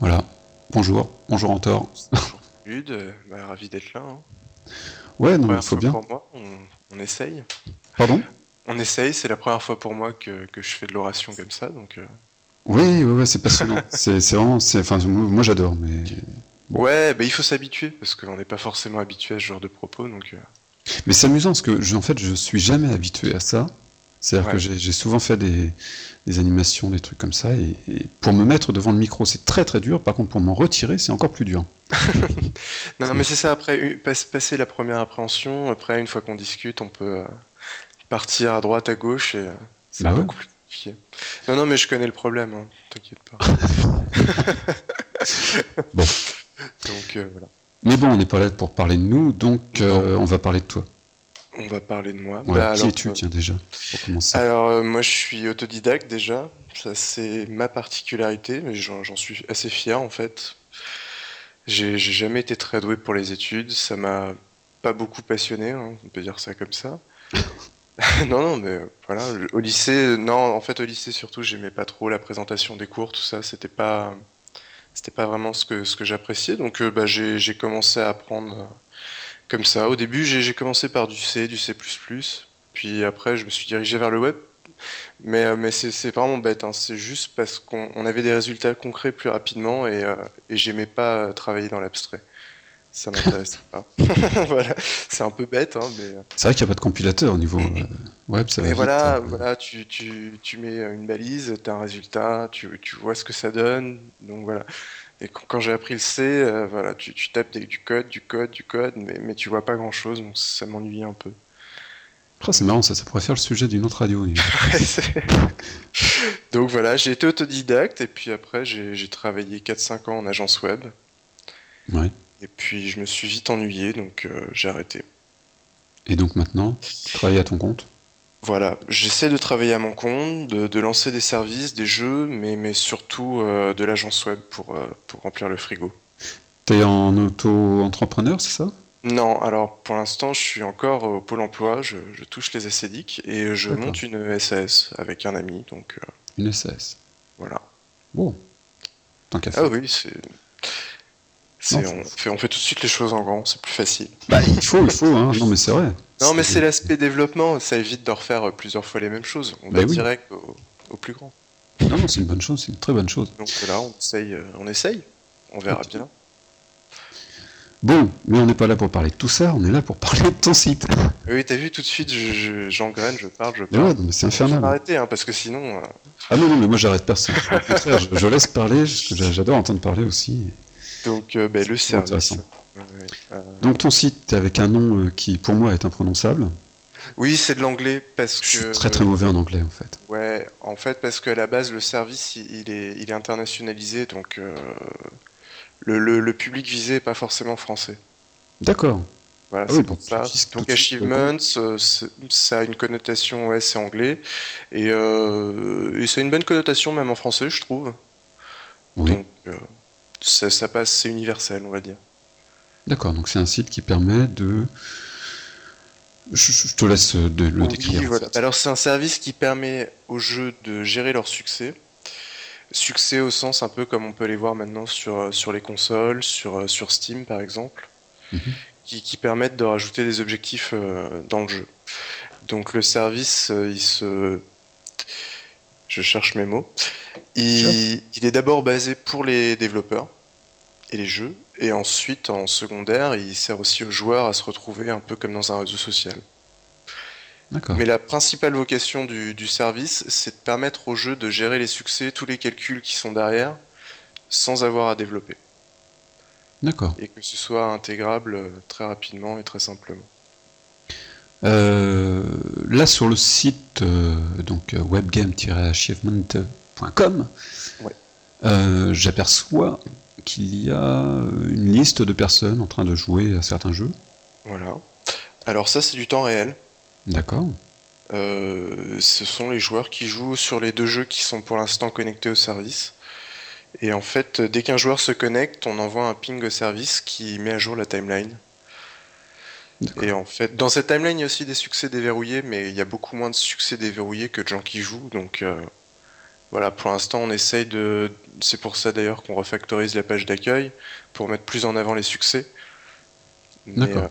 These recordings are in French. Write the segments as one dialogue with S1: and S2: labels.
S1: Voilà. Bonjour. Bonjour Antor.
S2: Bonjour Lude, bah, ravi d'être là. hein.
S1: Ouais, non, mais
S2: Première
S1: faut
S2: fois
S1: bien.
S2: Pour moi, on, on essaye.
S1: Pardon
S2: On essaye, c'est la première fois pour moi que, que je fais de l'oration comme ça, donc... euh,
S1: Oui, ouais, ouais, c'est passionnant. c'est c'est vraiment. c'est- Enfin, moi moi, j'adore, mais. Bon.
S2: Ouais, bah, il faut s'habituer, parce qu'on n'est pas forcément habitué à ce genre de propos, donc... euh,
S1: Mais c'est amusant parce que, je, en fait, je suis jamais habitué à ça. C'est-à-dire que
S2: Ouais.
S1: j'ai j'ai souvent fait des, des animations, des trucs comme ça, et, et pour me mettre devant le micro, c'est très très dur. Par contre, pour m'en retirer, c'est encore plus dur.
S2: Non, non, mais c'est ça, après, une- passe- passer la première appréhension, après, une fois qu'on discute, on peut euh, partir à droite, à gauche, et euh, c'est
S1: Bah ouais.
S2: beaucoup plus compliqué. Non, non, mais je connais le problème, hein, t'inquiète pas.
S1: Bon.
S2: Donc, euh, voilà.
S1: Mais bon, on n'est pas là pour parler de nous, donc euh, on va parler de toi.
S2: On va parler de moi.
S1: Voilà.
S2: Bah,
S1: Qui
S2: alors,
S1: es-tu,
S2: euh,
S1: tiens, déjà Pour commencer.
S2: Alors, euh, moi, je suis autodidacte déjà. Ça, c'est ma particularité, mais j'en j'en suis assez fier en fait. J'ai j'ai jamais été très doué pour les études. Ça m'a pas beaucoup passionné, hein, on peut dire ça comme ça. non, non, mais euh, voilà. le- Au lycée, euh, non, en fait, au lycée surtout, j'aimais pas trop la présentation des cours, tout ça. C'était pas, c'était pas vraiment ce que, ce que j'appréciais. Donc, euh, bah, j'ai j'ai commencé à apprendre euh, comme ça. Au début, j'ai j'ai commencé par du C, du C++. Puis après, je me suis dirigé vers le web. Mais, euh, mais c'est c'est vraiment bête. hein. C'est juste parce qu'on on avait des résultats concrets plus rapidement et, euh, et j'aimais pas euh, travailler dans l'abstrait. Ça m'intéressait pas. voilà. C'est un peu bête, hein, mais.
S1: C'est vrai qu'il n'y a pas de compilateur au niveau euh, web, ça va
S2: Mais
S1: vite,
S2: voilà,
S1: euh,
S2: voilà tu, tu, tu mets une balise, tu as un résultat, tu, tu vois ce que ça donne. Donc voilà. Et quand, quand j'ai appris le C, euh, voilà, tu, tu tapes des- du code, du code, du code, mais, mais tu vois pas grand chose, donc ça m'ennuie un peu.
S1: Ah, c'est marrant, ça, ça pourrait faire le sujet d'une autre radio. dis donc.
S2: C'est- donc voilà, j'ai été autodidacte et puis après j'ai j'ai travaillé 4-5 ans en agence web.
S1: Ouais.
S2: Et puis je me suis vite ennuyé, donc euh, j'ai arrêté.
S1: Et donc maintenant, tu travailles à ton compte
S2: Voilà, j'essaie de travailler à mon compte, de, de lancer des services, des jeux, mais, mais surtout euh, de l'agence web pour, euh, pour remplir le frigo.
S1: T'es en auto-entrepreneur, c'est ça
S2: Non, alors pour l'instant je suis encore au Pôle emploi, je, je touche les SCDIC et je
S1: D'accord.
S2: monte une SAS avec un ami, donc euh,
S1: Une SAS.
S2: voilà.
S1: Bon. Tant qu'à faire.
S2: Ah oui, c'est. c'est-
S1: Non,
S2: on, fait, on fait tout de suite les choses en grand, c'est plus facile.
S1: Bah, il faut, il faut, hein. Non, mais c'est vrai.
S2: Ah Non, mais c'est l'aspect développement, ça évite de refaire euh, plusieurs fois les mêmes choses. On
S1: Bah
S2: va
S1: oui.
S2: direct au, au plus grand.
S1: Non, non, c'est une bonne chose, c'est une très bonne chose.
S2: Donc là, on essaye, euh, on, essaye. on verra
S1: Ok.
S2: bien.
S1: Bon, mais on n'est pas là pour parler de tout ça, on est là pour parler de ton site.
S2: Oui, t'as vu, tout de suite, je- je- j'engraine, je, parle, je
S1: Mais
S2: parle.
S1: ouais, non, mais c'est
S2: Je vais
S1: infernal.
S2: m'arrêter, hein, parce que sinon. euh,
S1: Ah non, non, mais moi j'arrête personne. Au contraire, je, je laisse parler, je- je- j'adore entendre parler aussi.
S2: Donc, euh, ben, le
S1: C'est
S2: service.
S1: intéressant.
S2: Ouais, ouais. Euh,
S1: Donc ton site, avec un nom euh, qui pour moi est imprononçable.
S2: oui, c'est de l'anglais, parce
S1: Je suis
S2: que.
S1: très très mauvais en anglais en fait.
S2: Ouais, en fait, parce qu'à la base, le service, il il est, il est internationalisé, donc euh, le, le, le public visé n'est pas forcément français.
S1: D'accord.
S2: Voilà,
S1: Ah
S2: c'est
S1: oui,
S2: pour
S1: donc
S2: ça.
S1: tu dis tout
S2: Donc
S1: de suite,
S2: Achievements, euh, c'est- ça a une connotation, ouais, c'est anglais, et, euh, et c'est une bonne connotation même en français, je trouve.
S1: Oui.
S2: Donc euh, ça, ça passe, c'est universel, on va dire.
S1: D'accord, donc c'est un site qui permet de. Je, je- je te laisse euh, de, le
S2: Oui,
S1: décrire. en
S2: voilà.
S1: fait.
S2: Alors c'est un service qui permet aux jeux de gérer leur succès. Succès au sens un peu comme on peut les voir maintenant sur, euh, sur les consoles, sur, euh, sur Steam par exemple,
S1: Mhm.
S2: qui, qui permettent de rajouter des objectifs euh, dans le jeu. Donc le service, euh, il se... Je cherche mes mots. Il, il est d'abord basé pour les développeurs et les jeux, et ensuite en secondaire, il sert aussi aux joueurs à se retrouver un peu comme dans un réseau social.
S1: D'accord.
S2: Mais la principale vocation du, du service, c'est de permettre au jeu de gérer les succès, tous les calculs qui sont derrière, sans avoir à développer.
S1: D'accord.
S2: Et que ce soit intégrable euh, très rapidement et très simplement.
S1: Euh, là sur le site euh, donc euh, webgame-achievement.com,
S2: Ouais.
S1: euh, j'aperçois qu'il y a euh, une liste de personnes en train de jouer à certains jeux.
S2: Voilà. Alors ça, c'est du temps réel.
S1: D'accord.
S2: Euh, ce sont les joueurs qui jouent sur les deux jeux qui sont pour l'instant connectés au service. Et en fait, euh, dès qu'un joueur se connecte, on envoie un ping au service qui met à jour la timeline. Et en fait, dans cette timeline, il y a aussi des succès déverrouillés, mais il y a beaucoup moins de succès déverrouillés que de gens qui jouent. Donc euh, voilà, pour l'instant, on essaye de. C'est pour ça d'ailleurs qu'on refactorise la page d'accueil, pour mettre plus en avant les succès. Mais,
S1: D'accord.
S2: euh,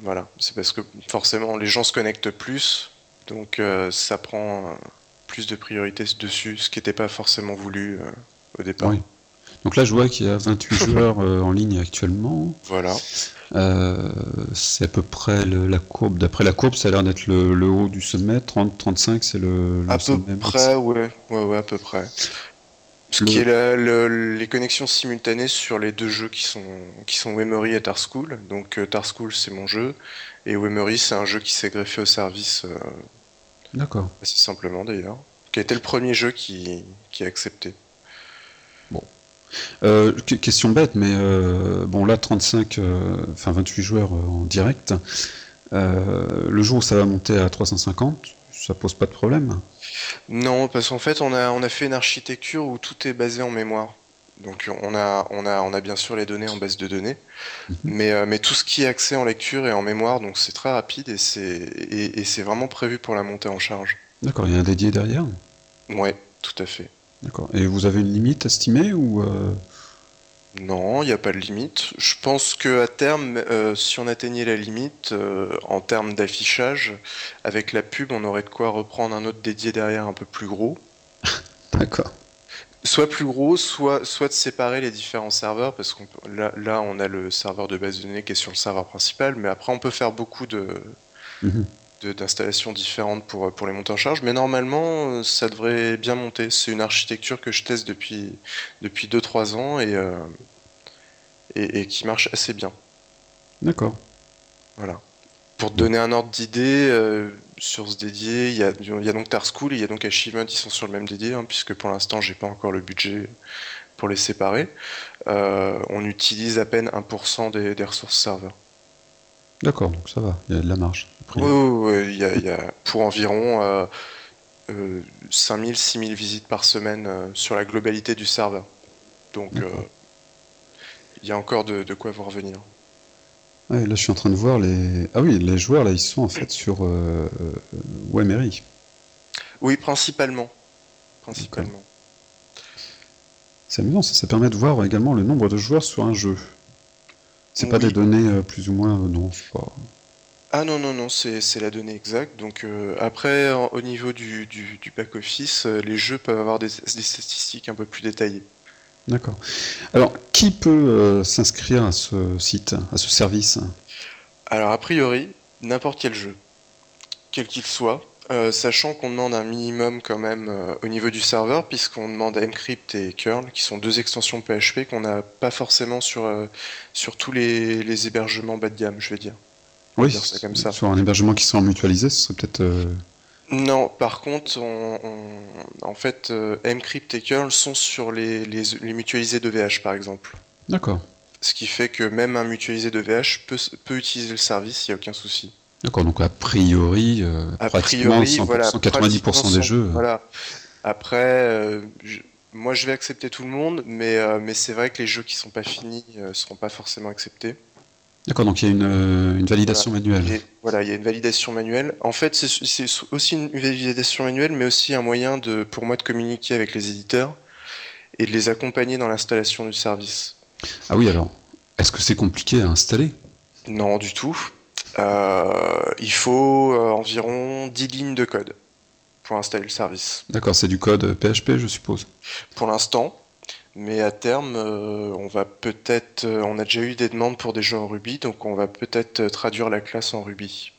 S2: voilà, c'est parce que forcément, les gens se connectent plus, donc euh, ça prend euh, plus de priorité dessus, ce qui n'était pas forcément voulu euh, au départ.
S1: Oui. Donc là, je vois qu'il y a 28 joueurs euh, en ligne actuellement.
S2: Voilà.
S1: Euh, c'est à peu près le- la courbe. D'après la courbe, ça a l'air d'être le, le haut du sommet. 30-35, c'est le, le
S2: À peu
S1: sommet max.
S2: près, ouais. ouais, ouais, à peu près. Ce
S1: Le-
S2: qui est la- le- les connexions simultanées sur les deux jeux qui sont, qui sont Wemery et Tar School. Donc euh, Tar School, c'est mon jeu, et Wemery, c'est un jeu qui s'est greffé au service, euh,
S1: D'accord.
S2: assez simplement d'ailleurs, qui a été le premier jeu qui, qui a accepté.
S1: Euh, que- question bête, mais euh, bon, là, 35, euh, enfin 28 joueurs euh, en direct. Euh, le jour où ça va monter à 350, ça pose pas de problème.
S2: Non, parce qu'en fait, on a, on a fait une architecture où tout est basé en mémoire. Donc on a, on a, on a bien sûr les données en base de données, mais, euh, mais tout ce qui est accès en lecture et en mémoire, donc c'est très rapide et c'est et- et c'est vraiment prévu pour la montée en charge.
S1: D'accord, il y a un dédié derrière.
S2: Ouais, tout à fait.
S1: D'accord. Et vous avez une limite estimée ou euh,
S2: Non, il n'y a pas de limite. Je pense que à terme, euh, si on atteignait la limite, euh, en termes d'affichage, avec la pub, on aurait de quoi reprendre un autre dédié derrière un peu plus gros.
S1: D'accord.
S2: Soit plus gros, soit, soit de séparer les différents serveurs, parce qu'on peut- là, là, on a le serveur de base de données qui est sur le serveur principal, mais après, on peut faire beaucoup de,
S1: Mhm.
S2: de- d'installations différentes pour, euh, pour les montées en charge. Mais normalement, euh, ça devrait bien monter. C'est une architecture que je teste depuis, depuis 2-3 ans et, euh, et, et qui marche assez bien.
S1: D'accord.
S2: Voilà. Pour te donner un ordre d'idée, euh, sur ce dédié, il y a, il y a donc Tar School et il y a donc Achievement, ils sont sur le même dédié, hein, puisque pour l'instant, j'ai pas encore le budget pour les séparer. Euh, on utilise à peine 1% des, des ressources serveurs.
S1: D'accord, donc ça va, il y a de la marge. a
S2: Oui,
S1: priori.
S2: oui, oui, il y a, il y a pour environ euh, euh, 5000, 6000 visites par semaine euh, sur la globalité du serveur. Donc, euh, il y a encore de, de quoi vous revenir.
S1: Ouais, là, je suis en train de voir les. Ah oui, les joueurs, là, ils sont en fait sur euh, euh, Wemery.
S2: Oui, principalement. Principalement.
S1: C'est amusant, ça, ça permet de voir également le nombre de joueurs sur un jeu. C'est pas
S2: Oui.
S1: des données euh, plus ou moins. euh, non, c'est pas.
S2: Ah non, non, non, c'est c'est la donnée exacte. Donc euh, après, en- au niveau du, du, du back-office, euh, les jeux peuvent avoir des, des statistiques un peu plus détaillées.
S1: D'accord. Alors, qui peut euh, s'inscrire à ce site, à ce service
S2: Alors a priori, n'importe quel jeu, quel qu'il soit, euh, sachant qu'on demande un minimum quand même euh, au niveau du serveur, puisqu'on demande Encrypt et Curl, qui sont deux extensions PHP qu'on n'a pas forcément sur, euh, sur tous les, les hébergements bas de gamme, je vais dire.
S1: Oui,
S2: dire ça comme ça.
S1: sur un hébergement qui sera mutualisé, ce serait peut-être. euh,
S2: Non, par contre, on, on- en fait, euh, Mcrypt et Curl sont sur les, les, les mutualisés de VH, par exemple.
S1: D'accord.
S2: Ce qui fait que même un mutualisé de VH peut, s- peut utiliser le service, il n'y a aucun souci.
S1: D'accord, donc a priori, euh,
S2: A
S1: pratiquement
S2: priori,
S1: 100%,
S2: voilà,
S1: 90% des
S2: pratiquement
S1: jeux. euh,
S2: Voilà. Après, euh, je- moi, je vais accepter tout le monde, mais, euh, mais c'est vrai que les jeux qui sont pas finis euh, seront pas forcément acceptés.
S1: D'accord, donc il y a une, euh, une validation manuelle.
S2: Il y a- voilà, il y a une validation manuelle. En fait, c'est c'est aussi une validation manuelle, mais aussi un moyen de, pour moi de communiquer avec les éditeurs et de les accompagner dans l'installation du service.
S1: Ah oui, alors, est-ce que c'est compliqué à installer
S2: Non, du tout. Euh, il faut euh, environ 10 lignes de code pour installer le service.
S1: D'accord, c'est du code PHP, je suppose.
S2: Pour l'instant, mais à terme, euh, on va peut-être, euh, on a déjà eu des demandes pour des jeux en Ruby, donc on va peut-être euh, traduire la classe en Ruby.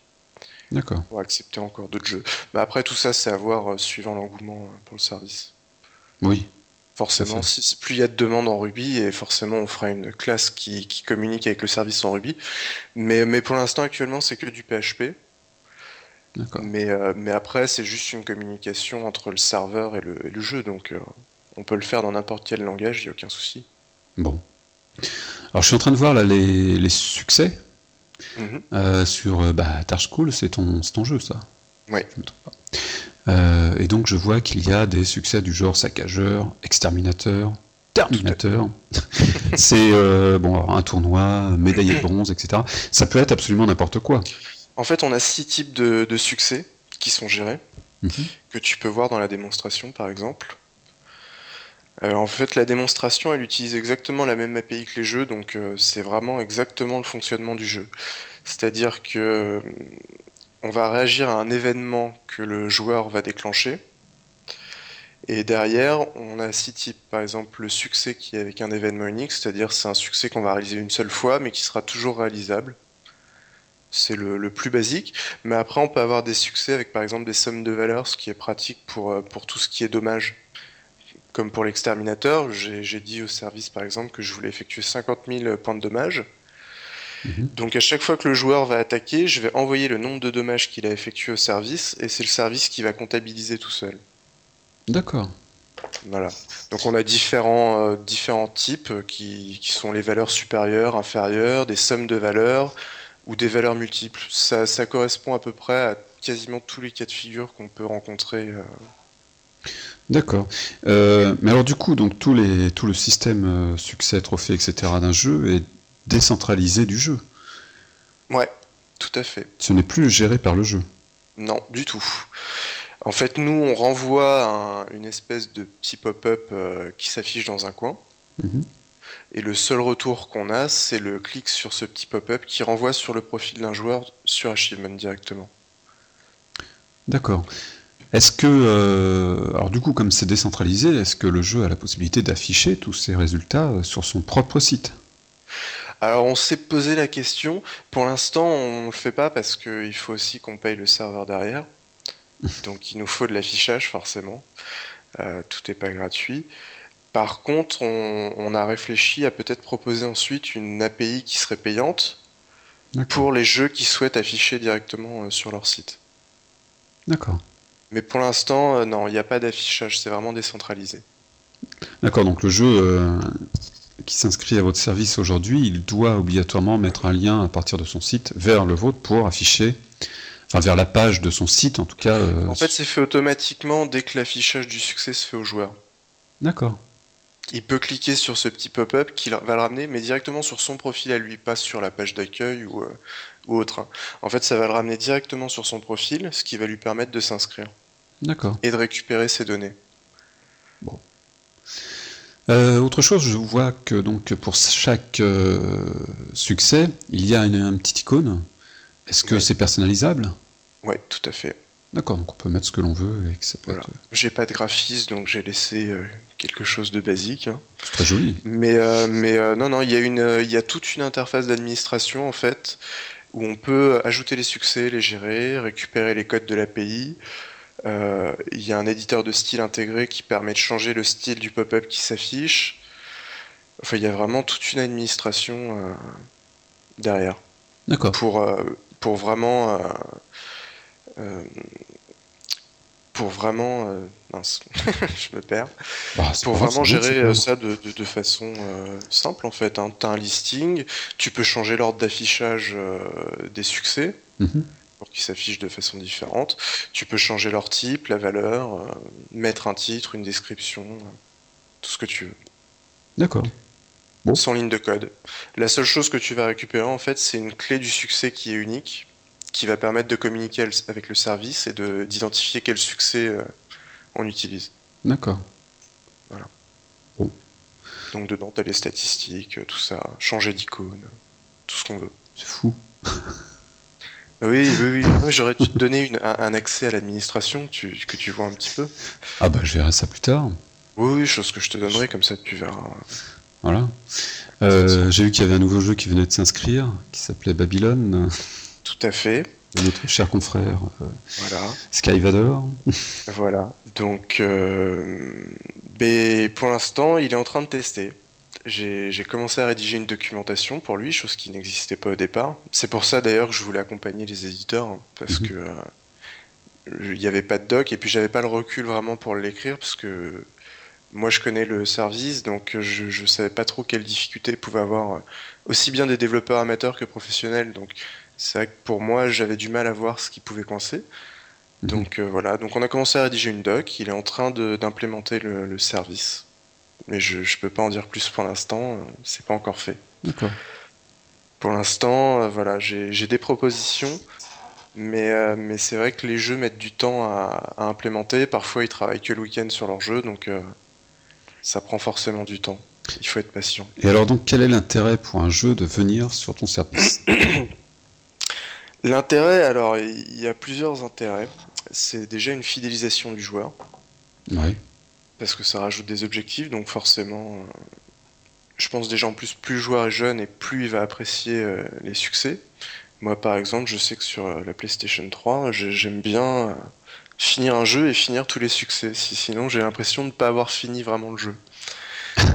S1: D'accord.
S2: pour accepter encore d'autres jeux. Mais après, tout ça, c'est à voir euh, suivant l'engouement euh, pour le service.
S1: Oui.
S2: Forcément, si, si- plus il y a de demandes en Ruby, et forcément, on fera une classe qui, qui communique avec le service en Ruby. Mais, mais pour l'instant, actuellement, c'est que du PHP.
S1: D'accord.
S2: Mais, euh, mais après, c'est juste une communication entre le serveur et le, et le jeu. Donc, euh, on peut le faire dans n'importe quel langage, il n'y a aucun souci.
S1: Bon. Alors, je suis en train de voir là les, les succès
S2: Mhm.
S1: euh, sur euh, bah, Targe Cool, c'est ton, c'est ton jeu, ça.
S2: Oui.
S1: Je me trompe pas. Euh, et donc, je vois qu'il y a des succès du genre Saccageur, Exterminateur, Terminateur, c'est euh, bon, alors, un tournoi, médaille de bronze, etc. Ça peut être absolument n'importe quoi.
S2: En fait, on a six types de, de succès qui sont gérés,
S1: Mhm.
S2: que tu peux voir dans la démonstration par exemple. Euh, en fait, la démonstration, elle utilise exactement la même API que les jeux, donc euh, c'est vraiment exactement le fonctionnement du jeu. C'est-à-dire que euh, on va réagir à un événement que le joueur va déclencher, et derrière, on a six types. Par exemple, le succès qui est avec un événement unique, c'est-à-dire c'est un succès qu'on va réaliser une seule fois, mais qui sera toujours réalisable. C'est le, le plus basique. Mais après, on peut avoir des succès avec, par exemple, des sommes de valeur, ce qui est pratique pour, euh, pour tout ce qui est dommage. Comme pour l'exterminateur, j'ai j'ai dit au service, par exemple, que je voulais effectuer 50 000 points de dommage.
S1: Mhm.
S2: Donc à chaque fois que le joueur va attaquer, je vais envoyer le nombre de dommages qu'il a effectué au service, et c'est le service qui va comptabiliser tout seul.
S1: D'accord.
S2: Voilà. Donc on a différents, euh, différents types euh, qui, qui sont les valeurs supérieures, inférieures, des sommes de valeurs ou des valeurs multiples. Ça, ça correspond à peu près à quasiment tous les cas de figure qu'on peut rencontrer. euh.
S1: D'accord. Euh, mais alors du coup, donc tous les, tout le système euh, succès, trophée, etc. d'un jeu est décentralisé du jeu.
S2: Ouais, tout à fait.
S1: Ce n'est plus géré par le jeu.
S2: Non, du tout. En fait, nous, on renvoie un- une espèce de petit pop-up euh, qui s'affiche dans un coin.
S1: Mhm.
S2: Et le seul retour qu'on a, c'est le clic sur ce petit pop-up qui renvoie sur le profil d'un joueur sur Achievement directement.
S1: D'accord. Est-ce que, euh, alors du coup, comme c'est décentralisé, est-ce que le jeu a la possibilité d'afficher tous ses résultats euh, sur son propre site
S2: Alors on s'est posé la question. Pour l'instant, on le fait pas parce qu'il faut aussi qu'on paye le serveur derrière. Donc il nous faut de l'affichage forcément. Euh, tout n'est pas gratuit. Par contre, on, on a réfléchi à peut-être proposer ensuite une API qui serait payante
S1: D'accord.
S2: pour les jeux qui souhaitent afficher directement euh, sur leur site.
S1: D'accord.
S2: Mais pour l'instant, euh, non, il n'y a pas d'affichage, c'est vraiment décentralisé.
S1: D'accord. Donc le jeu euh, qui s'inscrit à votre service aujourd'hui, il doit obligatoirement mettre un lien à partir de son site vers le vôtre pour afficher, enfin vers la page de son site en tout cas. euh,
S2: En fait, c'est fait automatiquement dès que l'affichage du succès se fait au joueur.
S1: D'accord.
S2: Il peut cliquer sur ce petit pop-up qui va le ramener, mais directement sur son profil à lui, pas sur la page d'accueil ou, euh, ou autre. hein. En fait, ça va le ramener directement sur son profil, ce qui va lui permettre de s'inscrire
S1: D'accord.
S2: et de récupérer ses données.
S1: Euh, autre chose, je vois que donc pour chaque euh, succès, il y a une, un petit icône. Est-ce que
S2: Oui.
S1: c'est personnalisable
S2: Ouais, tout à fait.
S1: D'accord, donc on peut mettre ce que l'on veut et que ça peut
S2: Voilà.
S1: être
S2: J'ai pas de graphisme, donc j'ai laissé euh, quelque chose de basique. hein.
S1: c'est très joli.
S2: Mais, euh, mais euh, non, non, il y, a une, euh, il y a toute une interface d'administration en fait, où on peut ajouter les succès, les gérer, récupérer les codes de l'API. Euh, Il y a un éditeur de style intégré qui permet de changer le style du pop-up qui s'affiche. Enfin, il y a vraiment toute une administration euh, derrière
S1: D'accord.
S2: pour, euh, pour vraiment. euh, euh, pour vraiment. euh, mince, je me perds
S1: Bah, c'est
S2: pour
S1: pas grave,
S2: vraiment
S1: c'est bon,
S2: gérer
S1: c'est
S2: euh,
S1: bon.
S2: ça de, de- de façon euh, simple en fait. Hein. Tu as un listing, tu peux changer l'ordre d'affichage euh, des succès
S1: Mhm.
S2: pour qu'ils s'affichent de façon différente. Tu peux changer leur type, la valeur, euh, mettre un titre, une description, euh, tout ce que tu veux,
S1: D'accord. Bon.
S2: sans ligne de code. La seule chose que tu vas récupérer en fait, c'est une clé du succès qui est unique, qui va permettre de communiquer al- avec le service et de- d'identifier quel succès euh, on utilise.
S1: D'accord.
S2: Donc dedans, t'as les statistiques, euh, tout ça, changer d'icône, tout ce qu'on veut.
S1: C'est fou.
S2: Ah Oui, oui, oui. Ouais, J'aurais dû te donner une- un, un accès à l'administration tu- que tu vois un petit peu.
S1: Ah bah je verrai ça plus tard.
S2: Oui, oui, chose que je te donnerai, comme ça tu verras.
S1: Voilà. Euh, J'ai vu qu'il y avait un nouveau jeu qui venait de s'inscrire, qui s'appelait Babylone,
S2: Tout à fait.
S1: de notre cher confrère euh,
S2: Voilà.
S1: Skyvador.
S2: Voilà. Donc, euh, mais pour l'instant, il est en train de tester. J'ai j'ai commencé à rédiger une documentation pour lui, chose qui n'existait pas au départ. C'est pour ça d'ailleurs que je voulais accompagner les éditeurs, hein, parce
S1: Mhm.
S2: que euh, il n'y avait pas de doc, et puis j'avais pas le recul vraiment pour l'écrire, parce que moi je connais le service, donc je, je savais pas trop quelles difficultés pouvaient avoir euh, aussi bien des développeurs amateurs que professionnels. Donc c'est vrai que pour moi j'avais du mal à voir ce qui pouvait coincer.
S1: Mhm.
S2: Donc euh, voilà, donc on a commencé à rédiger une doc, il est en train de- d'implémenter le, le service. Mais je ne peux pas en dire plus pour l'instant, Euh, c'est pas encore fait.
S1: D'accord.
S2: Pour l'instant, euh, voilà, j'ai j'ai des propositions, mais, euh, mais c'est vrai que les jeux mettent du temps à, à implémenter. Parfois, ils travaillent que le week-end sur leur jeu, donc euh, ça prend forcément du temps. Il faut être patient.
S1: Et alors donc quel est l'intérêt pour un jeu de venir sur ton service
S2: L'intérêt, alors, il y a plusieurs intérêts. C'est déjà une fidélisation du joueur,
S1: Oui.
S2: parce que ça rajoute des objectifs, donc forcément, euh, je pense déjà en plus, plus le joueur est jeune et plus il va apprécier euh, les succès. Moi, par exemple, je sais que sur euh, la PlayStation 3, je- j'aime bien euh, finir un jeu et finir tous les succès. Si- Sinon, j'ai l'impression de ne pas avoir fini vraiment le jeu.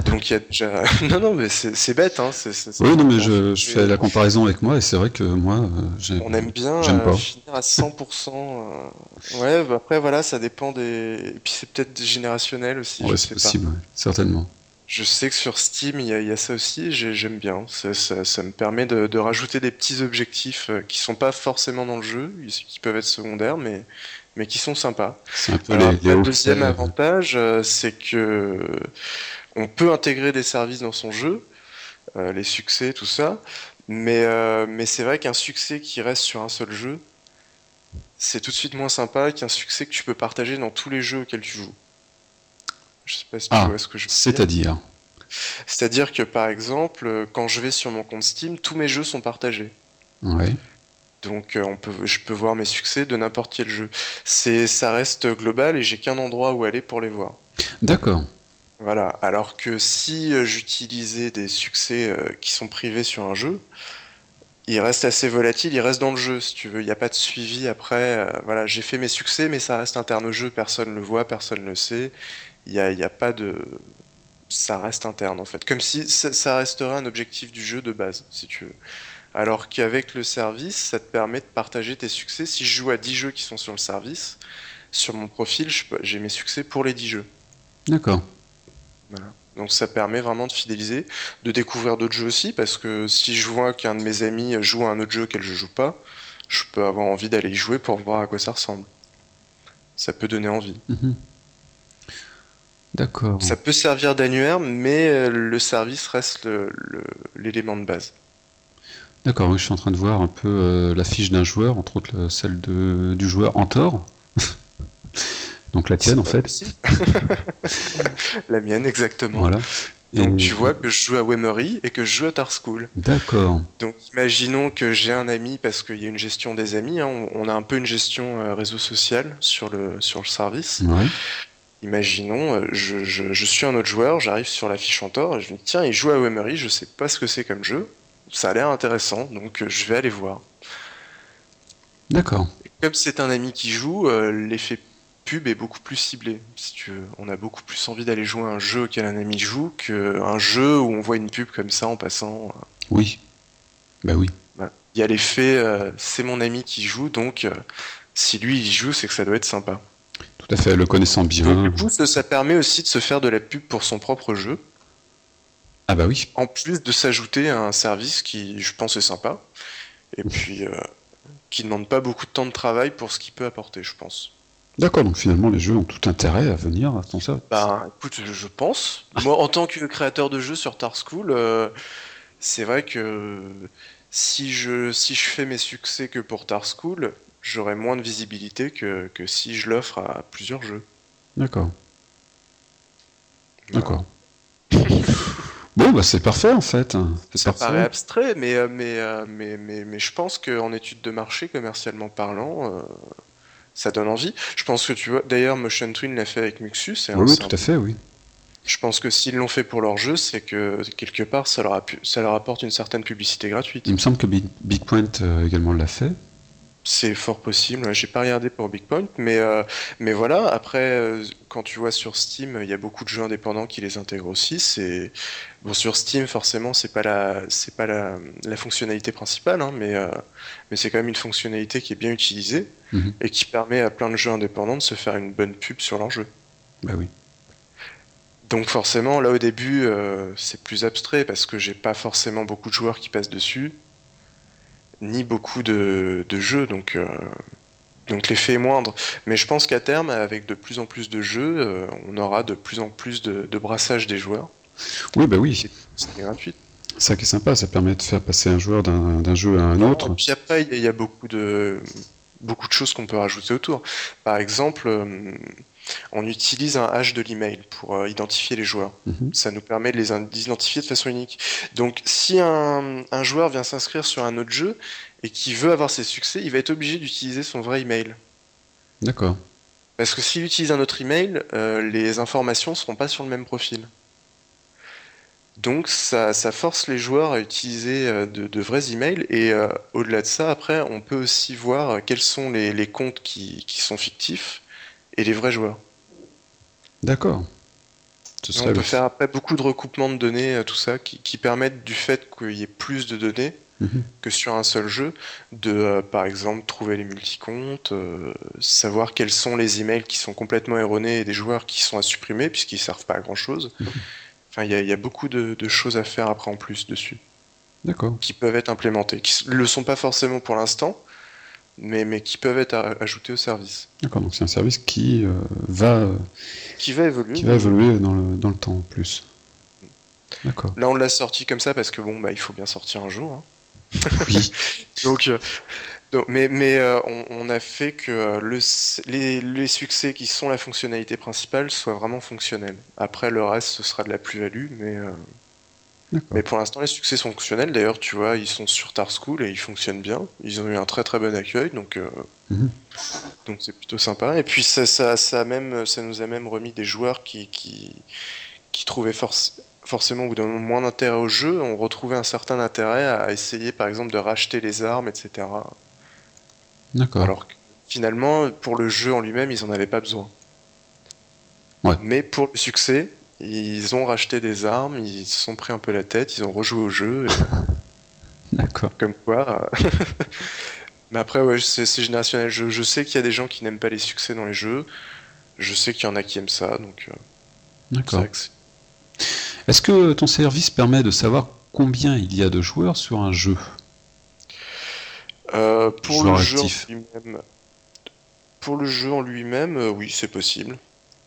S2: Donc, il y a déjà. non, non, mais c'est c'est bête, hein. c'est- c'est-
S1: Oui, non, mais je, je fais la comparaison avec moi et c'est vrai que moi, euh, j'ai-
S2: on aime bien
S1: J'aime
S2: euh,
S1: pas.
S2: finir à 100%. euh, Ouais, bah après, voilà, ça dépend des. Et puis, c'est peut-être générationnel aussi.
S1: Ouais,
S2: je
S1: c'est
S2: sais
S1: possible, ouais, certainement.
S2: Pas. Je sais que sur Steam, il y, a- il y a ça aussi. j'ai- J'aime bien. Ça, ça- ça me permet de, de rajouter des petits objectifs euh, qui sont pas forcément dans le jeu, qui peuvent être secondaires, mais, mais qui sont sympas.
S1: C'est un peu
S2: Alors,
S1: les, les
S2: le
S1: hauts
S2: deuxième
S1: faits, euh,
S2: avantage, euh, c'est que on peut intégrer des services dans son jeu, euh, les succès, tout ça. Mais, euh, mais c'est vrai qu'un succès qui reste sur un seul jeu, c'est tout de suite moins sympa qu'un succès que tu peux partager dans tous les jeux auxquels tu joues. Je sais pas si tu
S1: Ah,
S2: vois ce que je veux dire.
S1: C'est-à-dire
S2: C'est-à-dire que par exemple, euh, quand je vais sur mon compte Steam, tous mes jeux sont partagés.
S1: Ouais.
S2: Donc euh, on peut, je peux voir mes succès de n'importe quel jeu. C'est, ça reste global et j'ai qu'un endroit où aller pour les voir.
S1: D'accord.
S2: Voilà, alors que si euh, j'utilisais des succès euh, qui sont privés sur un jeu, il reste assez volatile, il reste dans le jeu, si tu veux. Il n'y a pas de suivi après. euh, voilà, j'ai fait mes succès, mais ça reste interne au jeu, personne ne le voit, personne ne le sait. Il n'y a, il y a pas de. Ça reste interne en fait. Comme si ça, ça resterait un objectif du jeu de base, si tu veux. Alors qu'avec le service, ça te permet de partager tes succès. Si je joue à 10 jeux qui sont sur le service, sur mon profil, je peux- j'ai mes succès pour les 10 jeux.
S1: D'accord.
S2: Donc ça permet vraiment de fidéliser, de découvrir d'autres jeux aussi, parce que si je vois qu'un de mes amis joue à un autre jeu auquel je joue pas, je peux avoir envie d'aller y jouer pour voir à quoi ça ressemble. Ça peut donner envie.
S1: Mhm. D'accord.
S2: Ça peut servir d'annuaire, mais euh, le service reste le- le- l'élément de base.
S1: D'accord, oui, je suis en train de voir un peu euh, la fiche d'un joueur, entre autres euh, celle de, du joueur Antor. Donc la tienne, en
S2: C'est
S1: fait.
S2: pas possible. La mienne, exactement.
S1: Voilà.
S2: Donc
S1: Et-
S2: tu vois que je joue à Wemery et que je joue à Tar School.
S1: D'accord.
S2: Donc imaginons que j'ai un ami, parce qu'il y a une gestion des amis, hein, on- on a un peu une gestion euh, réseau social sur le, sur le service.
S1: Ouais.
S2: Imaginons, euh, je, je- je suis un autre joueur, j'arrive sur la fiche en tort, et je me dis tiens, il joue à Wemery, je sais pas ce que c'est comme jeu, ça a l'air intéressant, donc euh, je vais aller voir.
S1: D'accord.
S2: Comme c'est un ami qui joue, euh, l'effet pub est beaucoup plus ciblé, si tu veux. On a beaucoup plus envie d'aller jouer à un jeu auquel un ami joue qu'un jeu où on voit une pub comme ça en passant.
S1: Oui. Bah oui.
S2: Il y a l'effet euh, c'est mon ami qui joue, donc euh, si lui il joue, c'est que ça doit être sympa.
S1: Tout à fait. Le connaissant
S2: Donc,
S1: bien.
S2: du coup, ça ça permet aussi de se faire de la pub pour son propre jeu.
S1: Ah bah oui.
S2: en plus de s'ajouter à un service qui, je pense, est sympa, et puis euh, qui demande pas beaucoup de temps de travail pour ce qu'il peut apporter, je pense.
S1: D'accord, donc finalement les jeux ont tout intérêt à venir à ton service.
S2: Bah, écoute, je pense. Moi, en tant que créateur de jeu sur Tar School, euh, c'est vrai que si je, si je fais mes succès que pour Tar School, j'aurai moins de visibilité que, que si je l'offre à plusieurs jeux.
S1: D'accord. D'accord. bon, bah c'est parfait en fait. C'est
S2: Ça paraît
S1: parfait.
S2: abstrait, mais, euh, mais, euh, mais, mais, mais je pense qu'en étude de marché, commercialement parlant, euh, ça donne envie. Je pense que tu vois, d'ailleurs, Motion Twin l'a fait avec Muxus. et
S1: Oui, oui,
S2: c'est un-
S1: tout à fait, oui.
S2: Je pense que s'ils l'ont fait pour leur jeu, c'est que quelque part, ça leur, a pu- ça leur apporte une certaine publicité gratuite.
S1: Il me semble que Big, Big Point euh, également l'a fait.
S2: C'est fort possible. ouais, J'ai pas regardé pour Big Point, mais, euh, mais voilà. Après, euh, quand tu vois sur Steam, il y a beaucoup de jeux indépendants qui les intègrent aussi. C'est bon sur Steam, forcément, c'est pas la, c'est pas la, la fonctionnalité principale, hein, mais euh, mais c'est quand même une fonctionnalité qui est bien utilisée
S1: Mhm.
S2: et qui permet à plein de jeux indépendants de se faire une bonne pub sur leur jeu.
S1: Bah oui.
S2: Donc forcément, là au début, euh, c'est plus abstrait parce que j'ai pas forcément beaucoup de joueurs qui passent dessus, ni beaucoup de, de jeux. Donc euh, donc l'effet est moindre. Mais je pense qu'à terme, avec de plus en plus de jeux, euh, on aura de plus en plus de, de brassage des joueurs.
S1: Oui, bah oui.
S2: C'est gratuit.
S1: C'est ça qui est sympa, ça permet de faire passer un joueur d'un d'un jeu à un autre.
S2: Et puis après, il y, a- il y a beaucoup de, beaucoup de choses qu'on peut rajouter autour. Par exemple, euh, on utilise un hash de l'email pour euh, identifier les joueurs.
S1: Mhm.
S2: Ça nous permet de les in- d'identifier de façon unique. Donc, si un, un joueur vient s'inscrire sur un autre jeu et qui veut avoir ses succès, il va être obligé d'utiliser son vrai email.
S1: D'accord.
S2: Parce que s'il utilise un autre email, euh, les informations ne seront pas sur le même profil. Donc ça, ça force les joueurs à utiliser euh, de, de vrais emails et euh, au-delà de ça, après, on peut aussi voir euh, quels sont les, les comptes qui, qui sont fictifs et les vrais joueurs.
S1: D'accord. Ce
S2: Et
S1: serait
S2: on peut
S1: le-
S2: faire après beaucoup de recoupements de données, euh, tout ça, qui, qui permettent du fait qu'il y ait plus de données
S1: Mhm.
S2: que sur un seul jeu, de euh, par exemple trouver les multicomptes, euh, savoir quels sont les emails qui sont complètement erronés et des joueurs qui sont à supprimer puisqu'ils servent pas à grand chose.
S1: Mhm.
S2: Enfin, il y, a- il y a beaucoup de, de choses à faire après en plus dessus
S1: D'accord.
S2: qui peuvent être implémentées, qui s- le sont pas forcément pour l'instant, mais, mais qui peuvent être a- ajoutées au service,
S1: D'accord. Donc c'est un service qui euh, va,
S2: qui va évoluer.
S1: qui va évoluer dans le, dans le temps en plus.
S2: Mmh.
S1: D'accord.
S2: Là, on l'a sorti comme ça parce que bon, bah, il faut bien sortir un jour. hein.
S1: Oui.
S2: Donc, euh, donc- mais, mais euh, on, on a fait que euh, le, s- les, les succès qui sont la fonctionnalité principale soient vraiment fonctionnels. Après, le reste, ce sera de la plus-value, mais, euh,
S1: D'accord.
S2: mais pour l'instant, les succès sont fonctionnels. D'ailleurs, tu vois, ils sont sur Tar School et ils fonctionnent bien. Ils ont eu un très très bon accueil, donc euh,
S1: Mhm.
S2: donc c'est plutôt sympa. Et puis, ça, ça, ça, a même, ça nous a même remis des joueurs qui, qui, qui trouvaient force- forcément au bout d'un moment moins d'intérêt au jeu, ont retrouvé un certain intérêt à essayer par exemple de racheter les armes, etc.
S1: D'accord.
S2: Alors que finalement, pour le jeu en lui-même, ils n'en avaient pas besoin.
S1: Ouais.
S2: Mais pour le succès, ils ont racheté des armes, ils se sont pris un peu la tête, ils ont rejoué au jeu, et
S1: D'accord.
S2: comme quoi. euh, Mais après, ouais, c'est c'est générationnel. Je, je sais qu'il y a des gens qui n'aiment pas les succès dans les jeux. Je sais qu'il y en a qui aiment ça, donc euh, c'est
S1: D'accord.
S2: vrai que c'est-
S1: Est-ce que ton service permet de savoir combien il y a de joueurs sur un jeu
S2: Euh, pour,
S1: Joueur
S2: le jeu en
S1: actif.
S2: lui-même- pour le jeu en lui-même, euh, oui, c'est possible.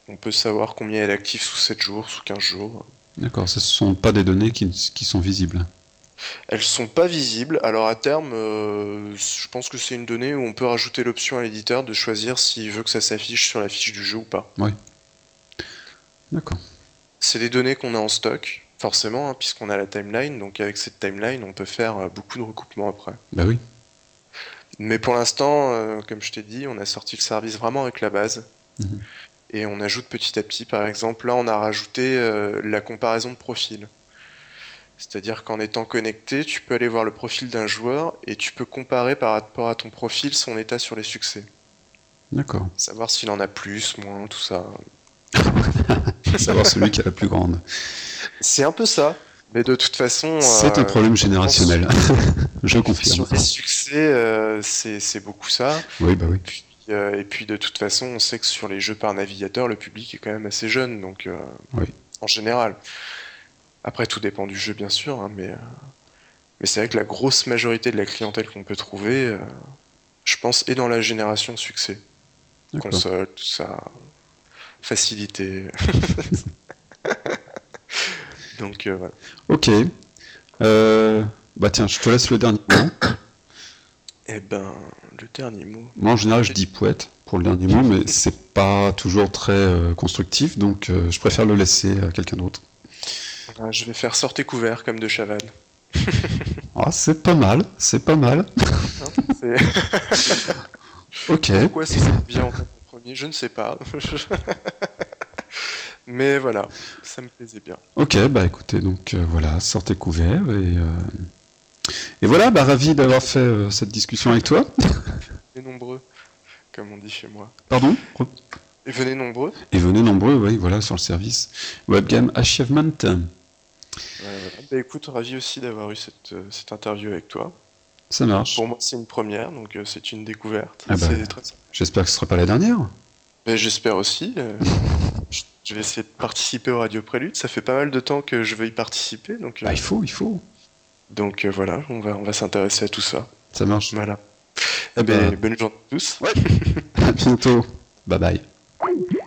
S2: On peut savoir combien elle est active sous 7 jours, sous 15 jours.
S1: D'accord. Ce ne sont pas des données qui, qui sont visibles.
S2: Elles sont pas visibles, alors à terme, euh, je pense que c'est une donnée où on peut rajouter l'option à l'éditeur de choisir s'il veut que ça s'affiche sur la fiche du jeu ou pas.
S1: D'accord.
S2: C'est des données qu'on a en stock, forcément, hein, puisqu'on a la timeline, donc avec cette timeline, on peut faire euh, beaucoup de recoupements après.
S1: Bah oui.
S2: Mais pour l'instant, euh, comme je t'ai dit, on a sorti le service vraiment avec la base.
S1: Mhm.
S2: Et on ajoute petit à petit, par exemple, là on a rajouté euh, la comparaison de profil. C'est-à-dire qu'en étant connecté, tu peux aller voir le profil d'un joueur et tu peux comparer par rapport à ton profil son état sur les succès.
S1: D'accord.
S2: Savoir s'il en a plus, moins, tout ça.
S1: Savoir celui qui a la plus grande.
S2: C'est un peu ça. Mais de toute façon.
S1: C'est un
S2: euh,
S1: problème générationnel. Je confirme.
S2: Sur les succès, euh, c'est c'est beaucoup ça.
S1: Oui, bah oui.
S2: Et, euh, et puis de toute façon, on sait que sur les jeux par navigateur, le public est quand même assez jeune, donc euh,
S1: Oui.
S2: en général. Après, tout dépend du jeu, bien sûr, hein, mais, euh, mais c'est vrai que la grosse majorité de la clientèle qu'on peut trouver, euh, je pense, est dans la génération succès.
S1: D'accord.
S2: Console, tout ça, facilité. donc euh, voilà.
S1: Ok. Euh, bah tiens, je te laisse le dernier mot.
S2: Eh ben, le dernier mot.
S1: Moi, en général, je dis poète pour le dernier mot, mais c'est pas toujours très euh, constructif, donc euh, je préfère le laisser à quelqu'un d'autre.
S2: Ah, Je vais faire sortez couvert comme de Chaval.
S1: Ah, c'est pas mal, c'est pas mal.
S2: C'est-
S1: Ok.
S2: Pourquoi ça s'est bien en tête en premier Je ne sais pas. Mais voilà, ça me plaisait bien.
S1: Ok, bah écoutez, donc euh, voilà, sortez couverts et euh, et voilà, bah ravi d'avoir fait euh, cette discussion avec toi.
S2: Venez nombreux, comme on dit chez moi.
S1: Pardon. Re-
S2: Et venez nombreux.
S1: Et venez nombreux, oui, voilà, sur le service Webgame Achievement.
S2: Ouais, voilà. Bah écoute, ravi aussi d'avoir eu cette, euh, cette interview avec toi.
S1: Ça marche.
S2: Pour moi, c'est une première, donc euh, c'est une découverte.
S1: Ah bah.
S2: C'est très sympa.
S1: J'espère que ce sera pas la dernière.
S2: Mais j'espère aussi. euh, je- je vais essayer de participer au Radio Prélude. Ça fait pas mal de temps que je veux y participer, donc, euh,
S1: Bah, il faut, il faut.
S2: donc euh, voilà, on va, on va s'intéresser à tout ça.
S1: Ça marche.
S2: Voilà. Eh ben, bonne journée à tous.
S1: Euh, À bientôt. Bye bye.